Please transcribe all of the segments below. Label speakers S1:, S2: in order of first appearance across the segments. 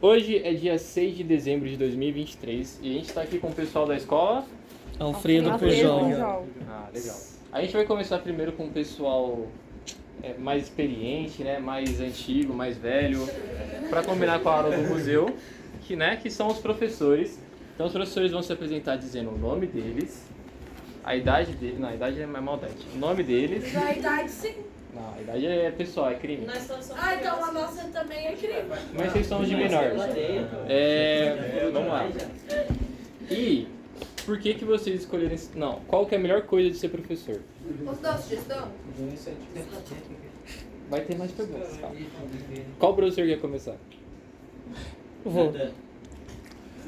S1: Hoje é dia 6 de dezembro de 2023 e a gente tá aqui com o pessoal da escola.
S2: É Alfredo
S3: Alfredo
S2: um Pujol.
S3: Pujol.
S1: Ah, legal. A gente vai começar primeiro com o pessoal é, mais experiente, né? Mais antigo, mais velho, para combinar com a aula do museu, que, né? que são os professores. Então os professores vão se apresentar dizendo o nome deles, a idade deles. Não, a idade é mais maldade. O nome deles.
S4: Da idade, sim.
S1: Não, a idade é pessoal, é crime.
S5: Nós todos somos
S4: Ah, então a
S5: crianças.
S4: nossa também é crime.
S1: Mas vocês são os de menor. É. Vamos lá. E por que, que vocês escolheram. esse- Não, qual que é a melhor coisa de ser professor?
S4: Posso dar uma sugestão?
S1: Vai ter mais perguntas. Tá? Qual professor quer começar?
S2: Vou.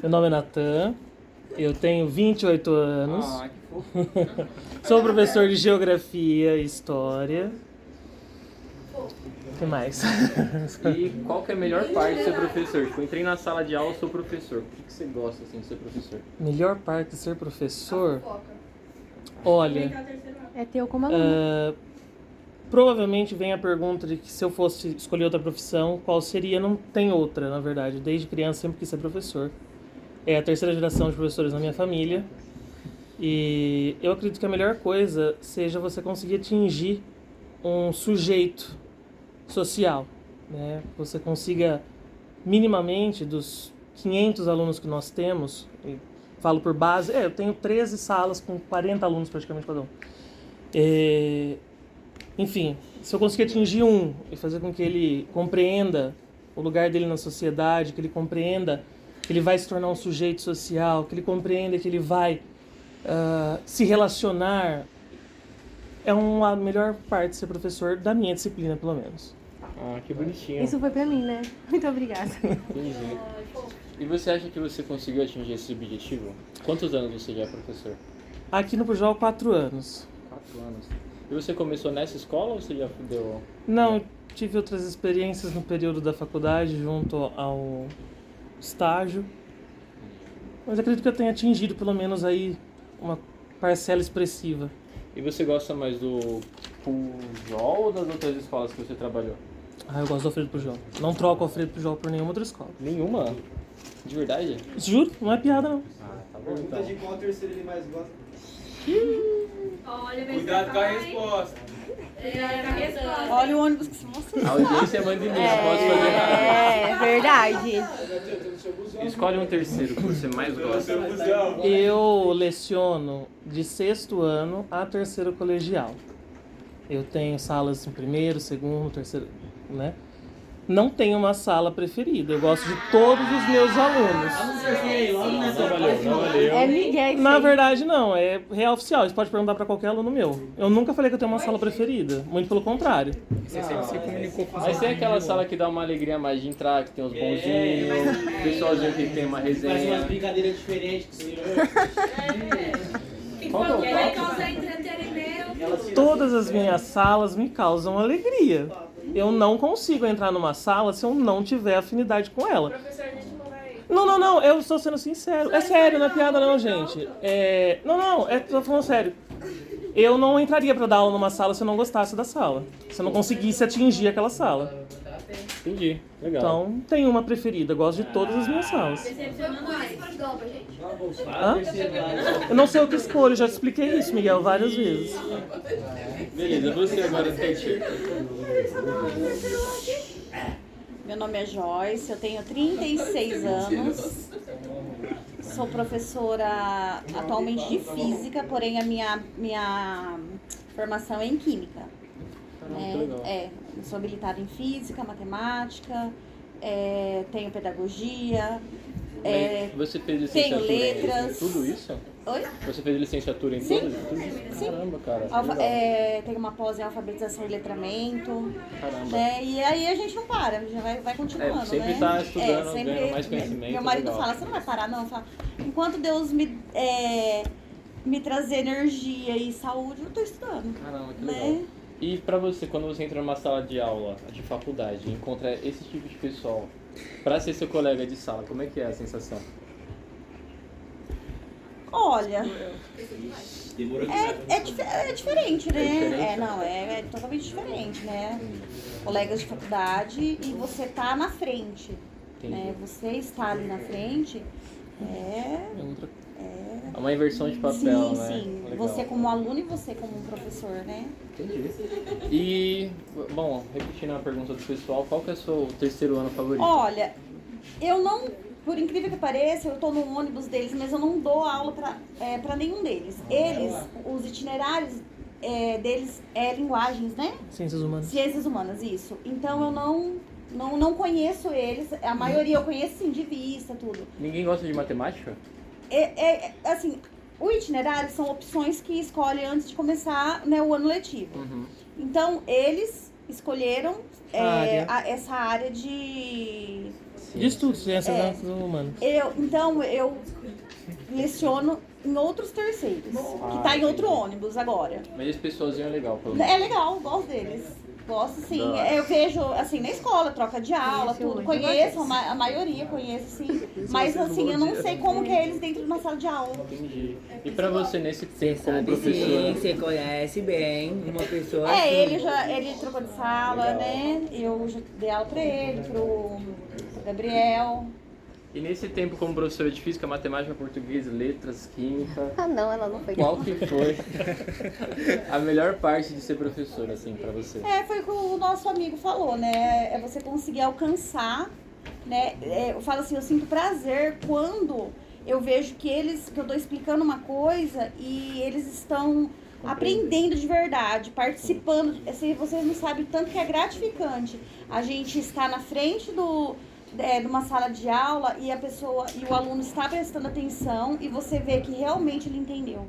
S2: Meu nome é Natan, eu tenho 28 anos,
S1: Ah, que fofo.
S2: sou professor de Geografia e História. O que mais?
S1: E qual que é a melhor parte de ser professor? Tipo, entrei na sala de aula, sou professor. O que, que você gosta assim de ser professor?
S2: Melhor parte de ser professor?
S4: Foca.
S2: Olha,
S3: É teu como aluno.
S2: ah, provavelmente vem a pergunta de que se eu fosse escolher outra profissão, qual seria? Não tem outra, na verdade. Desde criança sempre quis ser professor. É a terceira geração de professores na minha família. E eu acredito que a melhor coisa seja você conseguir atingir um sujeito social, né? Você consiga minimamente dos 500 alunos que nós temos, e falo por base, é, eu tenho 13 salas com 40 alunos praticamente cada um. É, enfim, se eu conseguir atingir um e fazer com que ele compreenda o lugar dele na sociedade, que ele compreenda que ele vai se tornar um sujeito social, que ele compreenda que ele vai ah, se relacionar, é uma melhor parte de ser professor da minha disciplina, pelo menos.
S1: Ah, que bonitinho.
S3: Isso foi pra mim, né? Muito obrigada.
S1: Entendi. E você acha que você conseguiu atingir esse objetivo? Quantos anos você já é professor?
S2: Aqui no Pujol, quatro anos.
S1: Quatro anos. E você começou nessa escola ou você já deu?
S2: Não, eu tive outras experiências no período da faculdade, junto ao estágio. Mas acredito que eu tenha atingido pelo menos aí uma parcela expressiva.
S1: E você gosta mais do Pujol ou das outras escolas que você trabalhou?
S2: Ah, eu gosto do Alfredo Pujol. Não troco o Alfredo Pujol por nenhuma outra escola.
S1: Nenhuma? De verdade?
S2: Juro, não é piada não.
S1: Ah, tá bom
S6: Pergunta
S1: então.
S6: de qual terceiro ele mais gosta.
S5: Olha, vem
S6: Cuidado
S4: tá
S5: cá,
S6: com a
S5: vai.
S6: resposta.
S5: É, tá gestando.
S7: Olha o ônibus que se mostrou.
S1: A audiência manda em mim, não posso fazer nada.
S3: É, verdade.
S1: Escolhe um terceiro que você mais gosta.
S6: Seu busão.
S2: Eu leciono de sexto ano a terceiro colegial. Eu tenho salas em primeiro, segundo, terceiro, né? Não tenho uma sala preferida. Eu gosto de todos os meus alunos.
S1: Não valeu, não
S6: né?
S1: valeu.
S3: É Miguel. que
S2: Na
S3: sei.
S2: verdade, não. É real oficial. Você pode perguntar pra qualquer aluno meu. Eu nunca falei que eu tenho uma sala preferida. Muito pelo contrário.
S6: Você sempre se comunicou com
S1: Mas tem é aquela sala que dá uma alegria a mais de entrar, que tem os bonzinhos,
S7: É.
S1: o pessoalzinho que tem uma resenha.
S6: brincadeiras diferentes com o
S4: Que
S1: Qual que é o
S4: quando vai
S1: tópico?
S4: causar entretenimento.
S2: Todas as minhas salas me causam alegria. Eu não consigo entrar numa sala se eu não tiver afinidade com ela.
S4: Professor, a gente não vai.
S2: Não, não, não, eu estou sendo sincero. É sério, não é piada não, gente. É... Não, não, é... tô falando sério. Eu não entraria pra dar aula numa sala se eu não gostasse da sala. Se eu não conseguisse atingir aquela sala.
S1: Entendi, legal.
S2: Então, tem uma preferida, gosto de todas as minhas salas.
S5: Decepcionando mais.
S2: Hã? Eu não sei o que escolho, já te expliquei isso, Miguel, várias vezes.
S1: Beleza, você agora, é Tete.
S7: Meu nome é Joyce, eu tenho 36 anos. Sou professora atualmente de física, porém a minha, minha formação é em química.
S3: Ah,
S1: Muito legal.
S7: É, é, eu sou habilitada em física, matemática, é, tenho pedagogia. É,
S1: Mas Você fez
S7: tenho
S1: licenciatura em
S7: letras.
S1: tudo isso?
S7: oi?
S1: Você fez licenciatura em
S7: Sim.
S1: todas? Tudo?
S7: Sim.
S1: Caramba, cara.
S7: Alfa-
S1: legal.
S7: é, tenho uma pós em alfabetização e letramento.
S1: Caramba.
S7: né? E aí a gente não para, já vai, vai continuando,
S1: É, sempre
S7: né?
S1: tá estudando, ganhando mais conhecimento,
S7: Meu marido
S1: legal.
S7: fala, você não vai parar não, Eu falo, enquanto Deus me, é, me trazer energia e saúde, eu tô estudando,
S1: Caramba, Ah, que legal.
S7: né?
S1: E pra você, quando você entra numa sala de aula, de faculdade, e encontra esse tipo de pessoal, pra ser seu colega de sala, como é que é a sensação?
S7: Olha,
S6: Demorou
S7: é, é, dif- é diferente, né? É, não, é, é totalmente diferente, né? Colegas de faculdade e você tá na frente, né? Você está ali na frente, é...
S1: É outra- é uma inversão de papel,
S7: sim,
S1: né?
S7: sim.
S1: Legal.
S7: Você é como aluno e você como professor, né?
S1: Entendi. E, bom, repetindo a pergunta do pessoal, qual que é o seu terceiro ano favorito?
S7: Olha, eu não, por incrível que pareça, eu tô no ônibus deles, mas eu não dou aula pra, é, pra nenhum deles. Eles, os itinerários é, deles é linguagens, né?
S2: Ciências humanas.
S7: Ciências humanas, isso. Então eu não, não, não conheço eles, a maioria eu conheço sim de vista, tudo.
S1: Ninguém gosta de matemática?
S7: É, é- é, assim, o itinerário são opções que escolhe antes de começar né, o ano letivo.
S1: Uhum.
S7: Então eles escolheram é,
S2: Área.
S7: a- essa área de
S1: Sim.
S2: De estudos, ciências
S7: É.
S2: humanas.
S7: Eu, então, eu leciono em outros terceiros, que
S1: Ah,
S7: tá em outro ônibus agora.
S1: Mas esse pessoalzinho é legal, pelo menos.
S7: É legal, eu gosto deles. Gosto sim.
S1: Da hora.
S7: Eu vejo, assim, na escola, troca de aula,
S3: Conhece
S7: tudo.
S3: hoje.
S7: Conheço a, ma- a maioria, conheço sim. Mas, assim, eu não sei como que é eles dentro de uma sala de aula.
S1: Entendi. E pra você, nesse
S8: Você
S1: tempo como
S8: sabe sim,
S1: professora?
S8: você conhece bem uma pessoa.
S7: É,
S8: assim.
S7: ele já ele trocou de sala, né? Eu já dei aula pra ele, pro, pro Gabriel.
S1: E nesse tempo como professora de física, matemática, português, letras, química,
S3: Ah, não, ela não foi.
S1: qual que foi a melhor parte de ser professora, assim, pra você?
S7: É, foi o que o nosso amigo falou, né? É você conseguir alcançar, né? É, eu falo assim, eu sinto prazer quando eu vejo que eles, que eu tô explicando uma coisa e eles estão aprendendo de verdade, participando. Assim, vocês não sabem o tanto que é gratificante a gente estar na frente do é, de uma sala de aula e a pessoa e o aluno está prestando atenção e você vê que realmente ele entendeu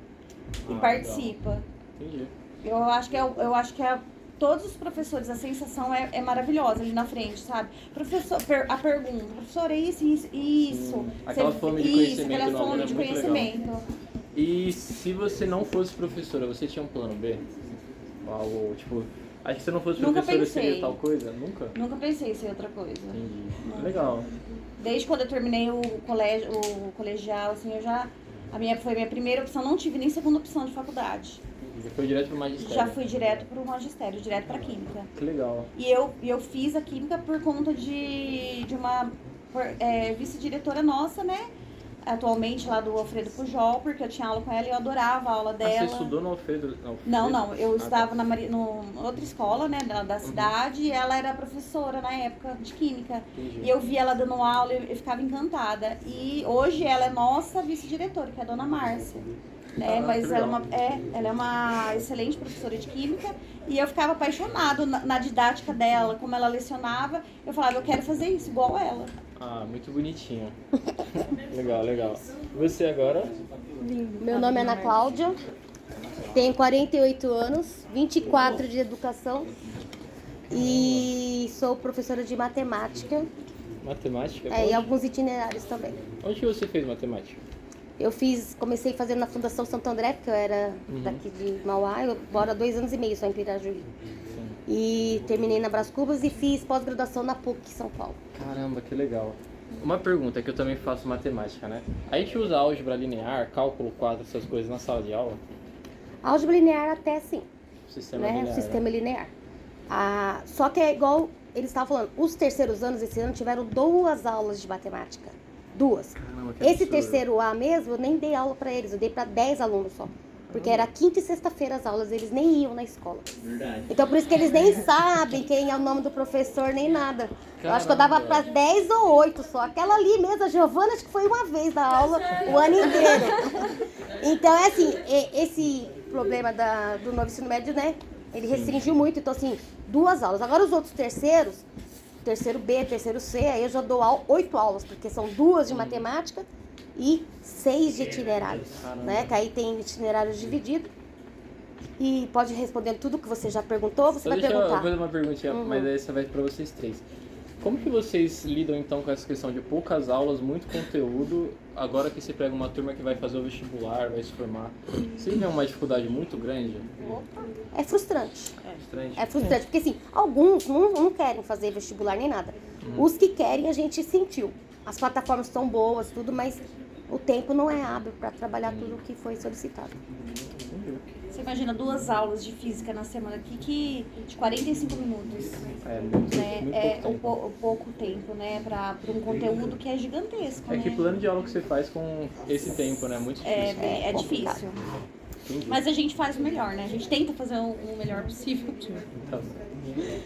S7: e participa.
S1: Entendi.
S7: Eu acho que é, eu acho que é todos os professores, a sensação é, é maravilhosa ali na frente, sabe? Professor, per- a pergunta, professor, é isso, isso, isso.
S1: Hum, aquela
S7: Você-
S1: fome de
S7: isso,
S1: conhecimento
S7: aquela
S1: no aluno
S7: fome
S1: é
S7: de
S1: muito legal.
S7: conhecimento.
S1: E se você não fosse professora, você tinha um plano B? Algo, tipo, acho que se eu não fosse
S7: Nunca
S1: professora seria
S7: pensei.
S1: tal coisa? Nunca?
S7: Nunca pensei em ser outra coisa.
S1: Entendi. Legal.
S7: Desde quando eu terminei o colégio, o colegial, assim, eu já a minha foi minha primeira opção, não tive nem segunda opção de faculdade.
S1: Já foi direto pro magistério.
S7: Já fui direto para o magistério, direto para química.
S1: Que legal.
S7: E eu, e eu fiz a química por conta de, de uma por- é, vice-diretora nossa, né? Atualmente lá do Alfredo Pujol, porque eu tinha aula com ela e eu adorava a aula
S1: Ah,
S7: dela.
S1: você estudou no Alfredo?
S7: Não,
S1: Alfredo?
S7: não, eu
S1: Ah, tá.
S7: estudava na Mari- no, outra escola, né, da,
S1: Uhum.
S7: da cidade, e ela era professora na época de química.
S1: Entendi.
S7: E eu via ela dando aula e eu, eu ficava encantada. E hoje ela é nossa vice-diretora, que é a dona Márcia. Né?
S1: Ah,
S7: Mas
S1: que
S7: ela é,
S1: legal.
S7: uma, é, ela é uma excelente professora de química e eu ficava apaixonada na, na didática dela, como ela lecionava. Eu falava, eu quero fazer isso igual ela.
S1: Ah, muito bonitinho. legal, legal. Você agora?
S9: Meu nome é Ana Cláudia, tenho 48 anos, 24 de educação e sou professora de matemática
S1: Matemática?
S9: é, e
S1: Onde-
S9: alguns itinerários também.
S1: Onde que você fez matemática?
S9: Eu fiz, comecei fazendo na Fundação Santo André, porque eu era
S1: Uhum.
S9: daqui de Mauá, eu moro há dois anos e meio só em Pirajuí. E terminei na Brás Cubas e fiz pós-graduação na PUC, São Paulo.
S1: Caramba, que legal. Uma pergunta que eu também faço matemática, né? A gente usa álgebra linear, cálculo 4, essas coisas na sala de aula?
S9: Álgebra linear até sim,
S1: Sistema
S9: né?
S1: linear.
S9: Sistema linear. Ah, só que é igual eles estavam falando, os terceiros anos esse ano tiveram duas aulas de matemática. Duas.
S1: Caramba, que
S9: Esse
S1: absurdo.
S9: terceiro A mesmo, eu nem dei aula pra eles, eu dei pra 10 alunos só. Porque era quinta e sexta-feira as aulas, eles nem iam na escola.
S6: Verdade.
S9: Então por isso que eles nem sabem quem é o nome do professor, nem nada. Eu acho que eu dava pra 10 ou 8 só. Aquela ali mesmo, a Giovana, acho que foi uma vez da aula, o ano inteiro. Então é assim, e- esse problema da- do novo ensino médio, né? Ele restringiu muito, então assim, duas aulas. Agora os outros terceiros, terceiro B, terceiro C, aí eu já dou au- oito aulas, porque são duas de matemática e seis de itinerários, né? Que aí tem itinerários dividido. E pode responder tudo que você já perguntou, você
S1: Só
S9: vai
S1: Então, deixa eu
S9: perguntar.
S1: fazer uma perguntinha,
S9: Uhum.
S1: mas essa vai pra vocês três. Como que vocês lidam então com essa questão de poucas aulas, muito conteúdo, agora que você pega uma turma que vai fazer o vestibular, vai se formar? Vocês vê uma dificuldade muito grande?
S9: É frustrante.
S1: Estranho.
S9: É frustrante, porque assim, alguns não, não querem fazer Uhum. vestibular nem nada. Os que querem, a gente sentiu. As plataformas estão boas, tudo, mas o tempo não é hábil para trabalhar tudo o que foi solicitado.
S7: Você imagina duas aulas de física na semana aqui que de 45 minutos.
S1: É muito,
S7: Né?
S1: muito
S7: É
S1: pouco
S7: um
S1: tempo.
S7: po- um pouco tempo, né? Pra, pra um conteúdo que é gigantesco.
S1: É
S7: né?
S1: que plano de aula que você faz com esse tempo, né? É muito
S7: É,
S1: difícil.
S7: bem- é difícil.
S1: Entendi.
S7: Mas a gente faz o melhor, né? A gente tenta fazer o o melhor possível.
S1: Tá bom.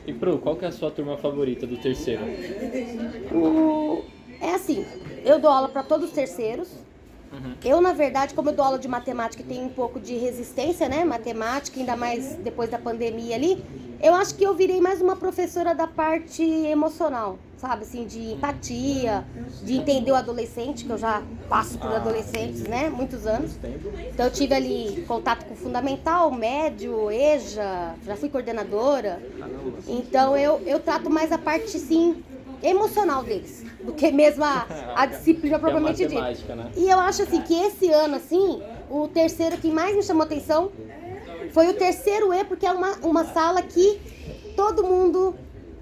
S1: E Pro, qual que é a sua turma favorita do terceiro? é
S9: O- É assim, eu dou aula para todos os terceiros. Eu, na verdade, como eu dou aula de matemática e tenho um pouco de resistência, né? Matemática, ainda mais depois da pandemia ali, eu acho que eu virei mais uma professora da parte emocional, sabe? Assim, de empatia, de entender o adolescente, que eu já passo por
S1: Ah,
S9: adolescentes, né? Muitos anos.
S1: Tempo.
S9: Então eu tive ali contato com o fundamental, médio, EJA, já fui coordenadora. Então eu, eu trato mais a parte, sim, emocional deles, do que mesmo a, a disciplina
S1: Que é a
S9: propriamente dita.
S1: matemática, né?
S9: E eu acho assim que esse ano, assim, o terceiro que mais me chamou atenção foi o terceiro E, porque é uma, uma sala que todo mundo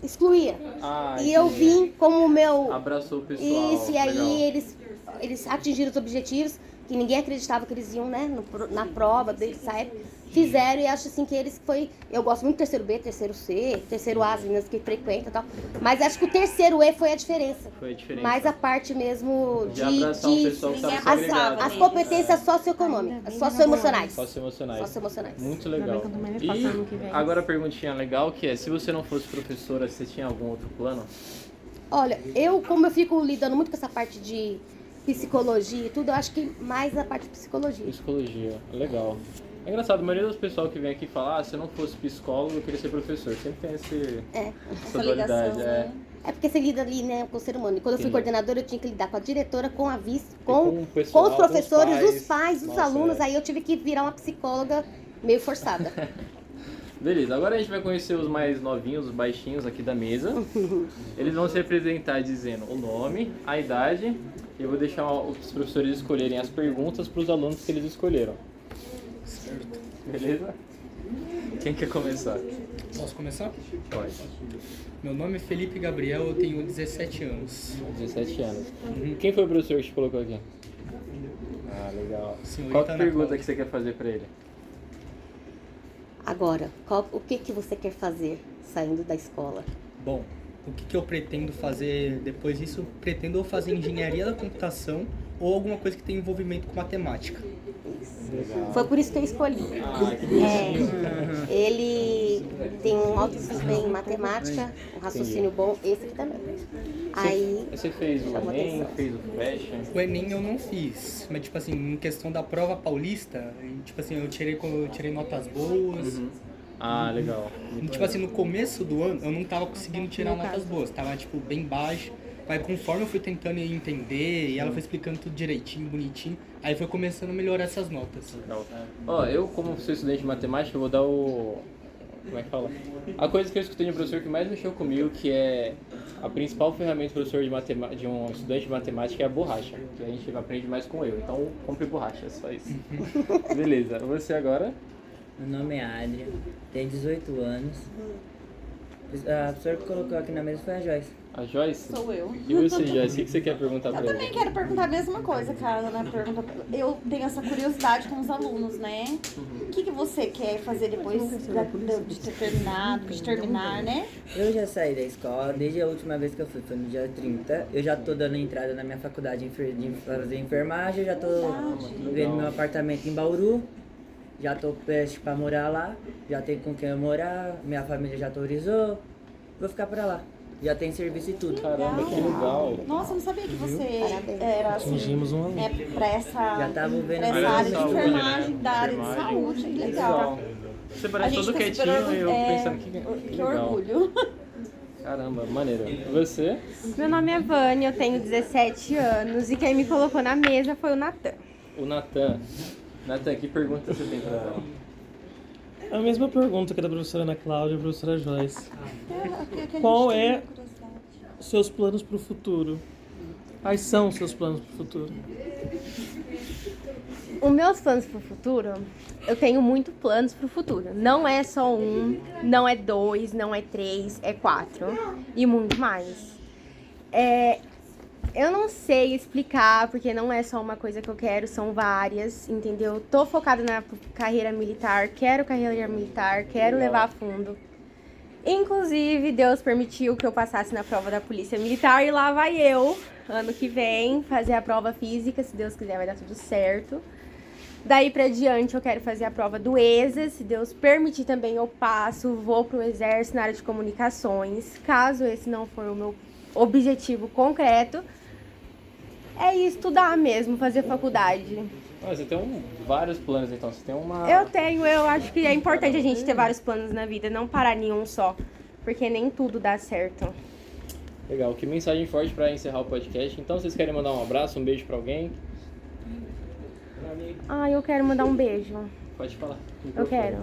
S9: excluía.
S1: Ah,
S9: E eu
S1: entendi.
S9: vim como o meu.
S1: Abraçou o pessoal.
S9: Isso, e aí
S1: legal.
S9: eles, eles atingiram os objetivos que ninguém acreditava que eles iam, né? no pro- na prova, desde sabe? Fizeram e acho assim que eles foi. Eu gosto muito do terceiro B, terceiro C, terceiro A, as meninas que frequentam e tal. Mas acho que o terceiro E foi a diferença.
S1: Foi né? a diferença.
S9: Mais a parte mesmo
S1: De
S9: de.
S1: abraçar o
S9: de-
S1: pessoal que tá tava
S7: Ninguém
S9: as,
S1: segregado.
S7: abraçava,
S9: as
S7: né?
S9: competências
S3: Ainda
S9: socioeconômicas,
S3: bem
S9: socioemocionais.
S1: Só se emocionais.
S9: Socioemocionais.
S1: Muito
S3: Ainda bem
S1: legal.
S3: que eu tô mais
S1: E
S3: reforçando o que vem.
S1: agora a perguntinha legal que é, se você não fosse professora, você tinha algum outro plano?
S9: Olha, eu, como eu fico lidando muito com essa parte de psicologia e tudo, eu acho que mais a parte de psicologia.
S1: Psicologia, legal. É engraçado, a maioria dos pessoal que vem aqui falar, ah, se eu não fosse psicólogo, eu queria ser professor. Sempre tem esse,
S9: É.
S1: essa,
S7: Essa ligação,
S1: dualidade. é.
S7: né?
S9: É porque você lida ali, né, com o ser humano. E quando eu fui
S1: Sim.
S9: coordenadora, eu tinha que lidar com a diretora, com a vice,
S1: E
S9: com,
S1: o
S9: com
S1: pessoal,
S9: os professores,
S1: com
S9: os pais, os
S1: Nossa,
S9: alunos.
S1: é.
S9: Aí eu tive que virar uma psicóloga meio forçada.
S1: Beleza, agora a gente vai conhecer os mais novinhos, os baixinhos aqui da mesa. Eles vão se apresentar dizendo o nome, a idade. Eu vou deixar os professores escolherem as perguntas para os alunos que eles escolheram. Beleza? Quem quer começar?
S10: É. Posso começar?
S1: Pode.
S10: Meu nome é Felipe Gabriel, eu tenho 17 anos.
S1: 17 anos. Quem foi o professor que te colocou aqui? Uhum. Ah, legal.
S10: Senhorita
S1: Qual que
S10: Ana
S1: pergunta
S10: Paula.
S1: que você quer fazer para ele?
S9: Agora, qual- o que, que você quer fazer saindo da escola?
S10: Bom, o que, que eu pretendo fazer depois disso? Pretendo ou fazer engenharia da computação ou alguma coisa que tenha envolvimento com matemática.
S9: Foi por isso que eu escolhi.
S1: Ah, que
S9: É, ele tem um alto desempenho em matemática, um raciocínio bom, esse aqui também. Aí,
S1: Você fez o
S9: Chamou
S1: Enem,
S9: atenção.
S1: fez o Fashion.
S10: O Enem eu não fiz, mas tipo assim, em questão da prova paulista, tipo assim, eu tirei, co- eu tirei notas boas.
S1: Ah, legal.
S10: Tipo assim, no começo do ano eu não tava conseguindo tirar notas boas, tava tipo bem baixo. Mas conforme eu fui tentando entender e ela foi explicando tudo direitinho, bonitinho, aí foi começando a melhorar essas notas.
S1: Legal. Ó, eu como sou estudante de matemática, eu vou dar o... Como é que fala? A coisa que eu escutei de um professor que mais mexeu comigo, que é a principal ferramenta do professor de, matema... de um estudante de matemática é a borracha, que a gente aprende mais com eu. Então, compre borracha, é só isso. Beleza, você agora?
S8: Meu nome é Adria, tenho 18 anos. A pessoa que colocou aqui na mesa foi a Joyce.
S1: A Joyce?
S7: Sou eu.
S1: E você, Joyce, o que você quer perguntar
S7: Eu
S1: pra
S7: também
S1: ele?
S7: quero perguntar a mesma coisa, cara, né? Pergunta... Eu tenho essa curiosidade com os alunos, né?
S1: Uhum.
S7: O que, que você quer fazer depois da- de, de ter terminado, de terminar, né?
S8: Eu já saí da escola, desde a última vez que eu fui, foi no dia 30. Eu já tô dando entrada na minha faculdade de enfer- de fazer enfermagem, eu já tô vendo meu apartamento em Bauru. Já tô prestes pra morar lá, já tem com quem eu morar, minha família já autorizou. Vou ficar pra lá. Já tem serviço e tudo.
S1: Caramba, que legal.
S7: Nossa, eu não sabia que você era assim,
S2: Atingimos um aluno.
S7: né, pra essa,
S8: Já tava vendo
S7: pra essa
S1: Área da
S7: área de
S1: tá saúde,
S7: enfermagem,
S1: né?
S7: da área de
S1: Enfermagem.
S7: saúde. Que legal.
S1: Você parece todo
S7: fica super
S1: quietinho
S7: orgulho-
S1: e eu
S7: é,
S1: pensando que,
S7: Que,
S1: legal.
S7: orgulho.
S1: Caramba, maneiro. Você?
S3: Meu nome é Vânia, eu tenho 17 anos e quem me colocou na mesa foi o Natan.
S1: O Natan. Natan, que pergunta você tem pra ela?
S2: A mesma pergunta que a da professora Ana Cláudia e a professora Joyce.
S7: Que- que a
S2: Qual
S7: gente tem
S2: é-
S7: curiosidade.
S2: Seus planos pro futuro. Quais são os seus planos pro futuro?
S3: Os meus planos pro futuro, eu tenho muito planos pro futuro. Não é só um, não é dois, não é três, é quatro e muito mais. É,
S9: Eu não sei explicar, porque não é só uma coisa que eu quero, são várias, entendeu? Tô focada na carreira militar, quero carreira militar, quero
S11: Legal.
S9: levar a fundo. Inclusive, Deus permitiu que eu passasse na prova da Polícia Militar e lá vai eu, ano que vem, fazer a prova física, se Deus quiser vai dar tudo certo. Daí pra diante eu quero fazer a prova do ESA, se Deus permitir também eu passo, vou pro exército na área de comunicações, caso esse não for o meu objetivo concreto, é estudar mesmo, fazer faculdade.
S1: Ah, você tem um- vários planos, então. Você tem uma.
S9: Eu tenho, eu acho que é importante a gente ter vários planos na vida, não parar nenhum só, porque nem tudo dá certo.
S1: Legal, que mensagem forte pra encerrar o podcast. Então, vocês querem mandar um abraço, um beijo pra alguém?
S9: Ah, eu quero mandar um beijo.
S1: Pode falar. Então,
S9: Eu quero.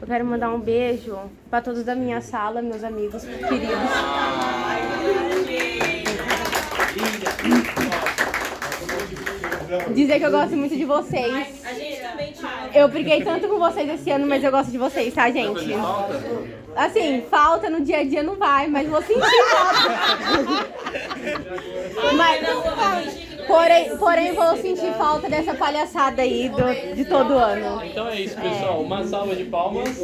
S9: Eu quero mandar um beijo pra todos da minha sala, meus amigos queridos. Dizer que eu gosto muito de vocês.
S12: A gente também te ama.
S9: Eu briguei tanto com vocês esse ano, mas eu gosto de vocês, tá, gente? Assim, falta no dia a dia não vai, mas vou sentir falta. Mas, porém, porém, vou sentir falta dessa palhaçada aí do- de todo ano. É.
S1: Então é isso, pessoal. Uma salva de palmas.